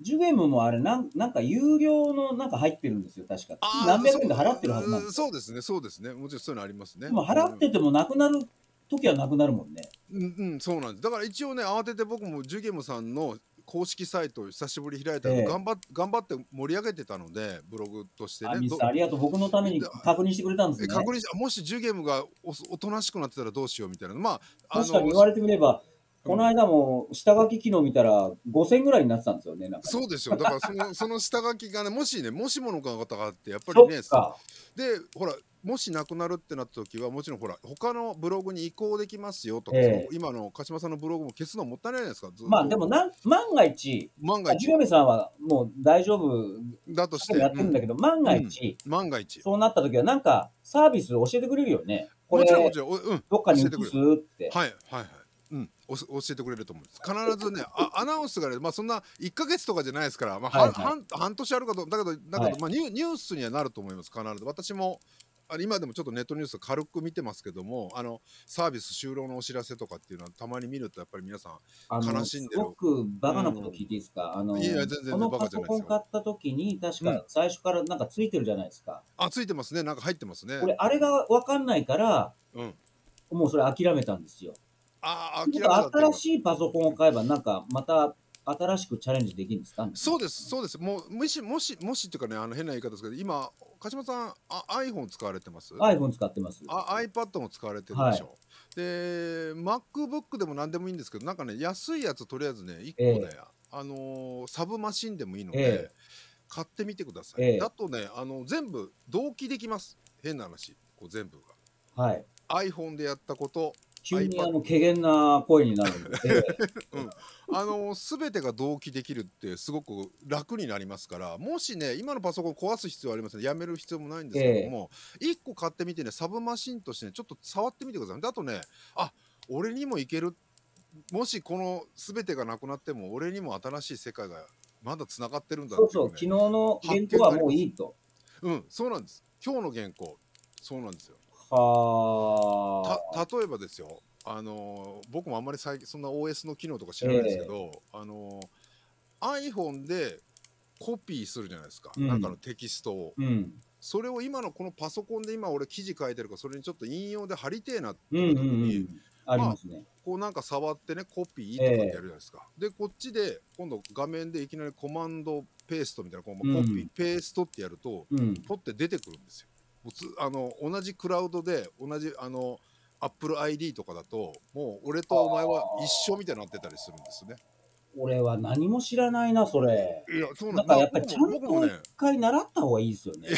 S1: ジュゲームもあれ、なんなんか有料のなんか入ってるんですよ、確か。
S2: あー
S1: 何百円で払ってるはずなん
S2: う
S1: で
S2: ん
S1: すよ。
S2: そうですねそうですねもちろんそういうのありますね。
S1: でも払っててもなくなる時はなくなるもんね。
S2: うん、うん、そうなんです。だから一応ね、慌てて僕もジュゲムさんの公式サイトを久しぶりに開いたら、
S1: ええ
S2: 頑張っ頑張って盛り上げてたので、ブログとして
S1: あ、
S2: ね。
S1: ミ
S2: ど
S1: スさん、ありがとう。僕のために確認してくれたんです
S2: え
S1: ね。
S2: 確認しあもしジュゲムがおおとなしくなってたらどうしようみたいな、まあ、あ
S1: 確かに言わ
S2: れ
S1: れてみれば、この間も下書き機能見たら5000ぐらいになってたんですよね、なんか。
S2: そうですよ、だからその その下書きがね、もしね、もしもの方があって、やっぱ
S1: そ
S2: り
S1: っ
S2: ね、
S1: か。
S2: で、ほら、もしなくなるってなった時は、もちろんほら、他のブログに移行できますよとか、
S1: ええ
S2: その今の鹿島さんのブログも消すのもったいないじゃないですか、ずっと
S1: まあでもなん、万が一、
S2: 万が一
S1: ジュゲメさんはもう大丈夫
S2: だとし
S1: 多分
S2: て、
S1: やってるんだけど、万が一、
S2: うん万が一。
S1: そうなった時は、なんかサービス教えてくれるよね。こ
S2: も
S1: れ、
S2: ちろんも
S1: ど
S2: ちろん、おうん、
S1: っかに移す
S2: 教えて
S1: って。
S2: はいはいはい。うん、おす教えてくれると思います。必ずね、あ アナウンスがね、まあそんな1ヶ月とかじゃないですから、まあ、
S1: はいはい
S2: 半半年あるかと、だけど、だけど、
S1: はい
S2: まあニューニュースにはなると思います、必ず。私も、あの今でもちょっとネットニュース軽く見てますけども、あのサービス終了のお知らせとかっていうのは、たまに見ると、やっぱり皆さん、
S1: あ
S2: 悲
S1: の、
S2: しん
S1: す
S2: でる
S1: ごくバカなこと聞いていいですか、あの、
S2: いやいや全然
S1: この
S2: バカ
S1: パ
S2: じ
S1: ソ
S2: ゃないですよ
S1: コン買った時に、確か最初からなんかついてるじゃないですか。
S2: あ、ついてますね、なんか入ってますね。
S1: 俺、あれがわかんないから、
S2: うん。
S1: もうそれ諦めたんですよ。
S2: ああ、
S1: ち
S2: 明
S1: ょ
S2: ら
S1: っ
S2: か
S1: と
S2: だ
S1: 新しいパソコンを買えば、なんかまた新しくチャレンジできるんですか
S2: そうです、そうです。もう、もし、もし、もしっていうかね、あの変な言い方ですけど、今、鹿島さん、あ iPhone 使われてます
S1: う。iPhone 使ってます。
S2: あ iPad も使われてるでしょ、で MacBook でも何でもいいんですけどなんかね安いやつとりあえずね1個ね、あのーサブマシンでもいいので、
S1: え
S2: 買ってみてください、
S1: ええ
S2: だとねあの全部同期できます変な話こう全部
S1: はい。
S2: が iPhone でやったこと
S1: 急に
S2: iPad
S1: あの、怪げな声になるの で、
S2: あのー全てが同期できるってすごく楽になりますからもしね今のパソコン壊す必要はありませんやめる必要もないんですけども、1個買ってみてねサブマシンとしてねちょっと触ってみてくださいだとねあ俺にもいけるもしこの全てがなくなっても俺にも新しい世界がまだつながってるんだ
S1: そう
S2: ってい
S1: そうう、昨日
S2: ね
S1: の原稿はもういいと。
S2: うんそうなんです今日の原稿そうなんですよ
S1: はあ。
S2: た例えばですよあのー僕もあんまり最近そんな OS の機能とか知らないんですけど、あのー iPhone でコピーするじゃないですか、
S1: うん
S2: なんかのテキストを
S1: うん。
S2: それを今のこのパソコンで今俺記事書いてるからそれにちょっと引用で貼りてえなって
S1: うんうんうん。ありますね。
S2: こうなんか触ってねコピーとかってやるじゃないですか、でこっちで今度画面でいきなりコマンドペーストみたいなこうまあコピー、
S1: うん
S2: ペーストってやると
S1: うん。
S2: ポって出てくるんですよ。もうつあの同じクラウドで同じあの Apple ID とかだともう俺とお前は一緒みたいになってたりするんですね。
S1: 俺は何も知らないな、それ。
S2: いやそう
S1: なんか
S2: まあ
S1: やっぱりちゃんと
S2: 僕も僕もね
S1: 一回習った方がいいですよね。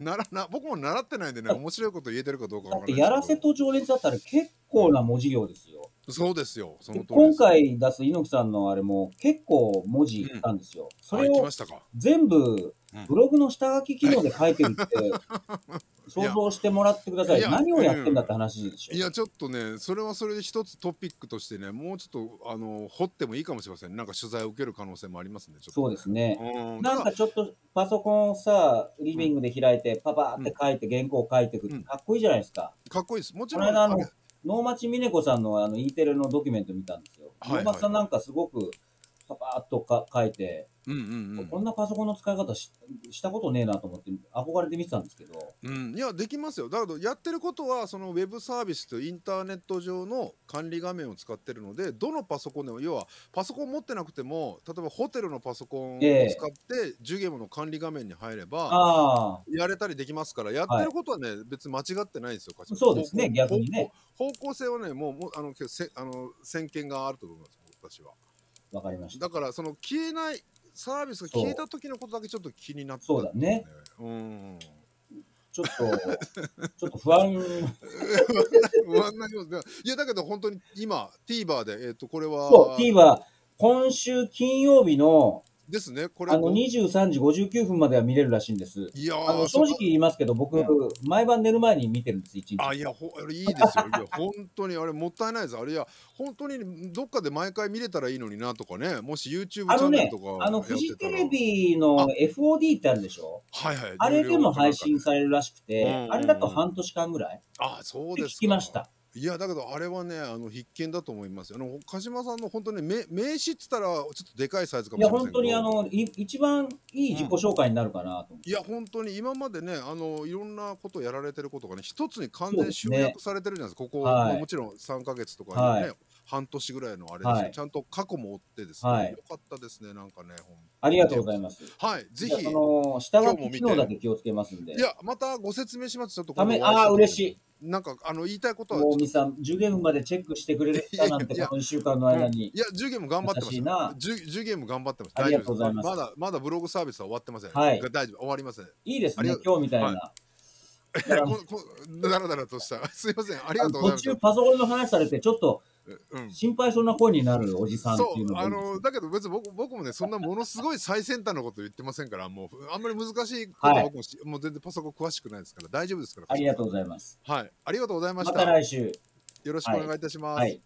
S2: ならな僕も習ってないん でね面白いこと言えてるかどうか
S1: だ
S2: わ
S1: って
S2: からないですけど
S1: やらせと情熱だったら結構な文字量ですよ。
S2: そうですよその
S1: で
S2: 通りで
S1: 今
S2: す
S1: 回出す猪木さんのあれも結構文字いったんですよ。それ
S2: はい来
S1: を
S2: ましたか。
S1: 全部
S2: うん
S1: ブログの下書き機能で書いてるって 想像してもらってください。
S2: いや
S1: 何をやってんだって話でしょ。
S2: いやちょっとねそれはそれで一つトピックとしてねもうちょっとあの掘ってもいいかもしれませんなんか取材を受ける可能性もありますねちょっと
S1: そうですね。
S2: うん
S1: なん
S2: た
S1: かちょっとパソコンをさ、リビングで開いて、パパーって書いて、原稿を書いてくっ
S2: う
S1: て
S2: ん
S1: かっこいいじゃないですか。
S2: だかっこいいですもち
S1: こ
S2: ろ
S1: の
S2: ん
S1: 間あ
S2: あ
S1: の
S2: れ、
S1: 能町みね子さんのあの E テレのドキュメント見たんですよ。
S2: はいは
S1: 能
S2: い
S1: 町さんなんかすごく、パパーっとか書いて、
S2: うんうん
S1: こんなパソコンの使い方ししたことねえなと思って、憧れて見てたんですけど、
S2: うん、うん、いやできますよだけどやってることはそのウェブサービスとインターネット上の管理画面を使ってるのでどのパソコンでも要はパソコン持ってなくても例えばホテルのパソコンを使
S1: え
S2: っ
S1: え
S2: てジュゲームの管理画面に入れば
S1: あ
S2: やれたりできますからやってることはね、別に間違ってないんですよ
S1: あ、
S2: 柏
S1: そうですね、
S2: 方向
S1: 逆にね。
S2: 方向方向性はねもうもうあのけせあの先見があると思います私は
S1: わかりました
S2: だ。からその消えないサービスが消えた時のことだけちょっと気になった
S1: そうだね
S2: うん
S1: ちょっと、ちょっと 不安、
S2: 不安になりますねいやだけど本当に今 TVer でえっ、とこれ
S1: そう、
S2: は
S1: TVer、今週金曜日の
S2: ですねこれ
S1: あの23時59分までは見れるらしいんです。
S2: いやー
S1: あの正直
S2: そ
S1: 言いますけど、僕、
S2: うん
S1: 毎晩寝る前に見てるんです、一日。
S2: あいやほあれいいですよいや本当にあれもったいないですあれいや本当にどっかで毎回見れたらいいのになとかねもし YouTube チ
S1: あ
S2: ャ
S1: の
S2: ンネル
S1: ね
S2: とか、
S1: あの、
S2: や
S1: フ
S2: っ
S1: ジ
S2: てた
S1: テ
S2: ら
S1: レビの FOD ってあるでしょ
S2: はいはい
S1: あれでも配
S2: 有料
S1: 信
S2: と
S1: されるらしく
S2: うん
S1: て
S2: う、ん
S1: あれだと半年間ぐらい
S2: かねあそう
S1: で
S2: で
S1: 聞
S2: すか
S1: きました。
S2: いやだけどあれはねあの必見だと思いますよあの鹿島さんの本当にね名名刺っつったらちょっとでかいサイズか
S1: い
S2: も
S1: や、
S2: しれま
S1: 本
S2: せんけど
S1: 当にあの、い一番いい自己紹介になるかなと思って。
S2: いや本当に今までねあのいろんなことをやられてることがね一つに完
S1: そう
S2: 全
S1: で
S2: に
S1: す
S2: 集
S1: ね
S2: 約されてるじゃないですかここ、
S1: はい
S2: まあもちろん3か月とか
S1: はい
S2: ね、半年ぐらいのあれですよ、
S1: はい
S2: ちゃんと過去も追ってですね、
S1: はい
S2: よかったですねなんかねほん
S1: ありがとうございます。
S2: はいぜ
S1: じゃあ
S2: ひ
S1: その、下書
S2: 今日も
S1: き
S2: 見て
S1: 機能だけ気をつけますんで
S2: い。やまたご説明しますちょっと
S1: ため、
S2: 今度お会
S1: ああ、
S2: いした
S1: 嬉
S2: 時
S1: しい。
S2: なんかあの言いたいことはちょっ
S1: 大
S2: と
S1: 見さん、10ゲームまでチェックしてくれるだなんて、
S2: いや
S1: この1週間の間に。
S2: いや、10ゲーム頑張ってま
S1: 優し
S2: し
S1: い
S2: た
S1: な
S2: よ。10, 10ゲーム頑張ってました。
S1: ありがとうござい
S2: 大
S1: ます
S2: 丈夫ですまだ、まだブログサービスは終わってません。
S1: はい
S2: 大丈夫、終わりません。
S1: いいです
S2: あり
S1: ね
S2: がと、
S1: 今
S2: う
S1: 日みたいな。
S2: は
S1: だ から
S2: ここだらだらとした。 すいません。あり
S1: あ
S2: が
S1: の
S2: とうござ
S1: 途
S2: います。
S1: 中パソコンの話されて、ちょっと
S2: うん。
S1: 心配そうな声になるおじさんって
S2: そ
S1: いうの
S2: う、
S1: が
S2: あ
S1: いいですね
S2: の、だけど別に僕僕もね、そんなものすごい最先端のこと言ってませんから、もう、あんまり難しいことは僕もし、もう全然パソコン詳しくないですから、大丈夫ですから。
S1: ありがとう
S2: う。
S1: ございます。
S2: はい。ありがとうございま
S1: ま
S2: したた。
S1: 来週。
S2: よろしくお願いいたします。
S1: はい。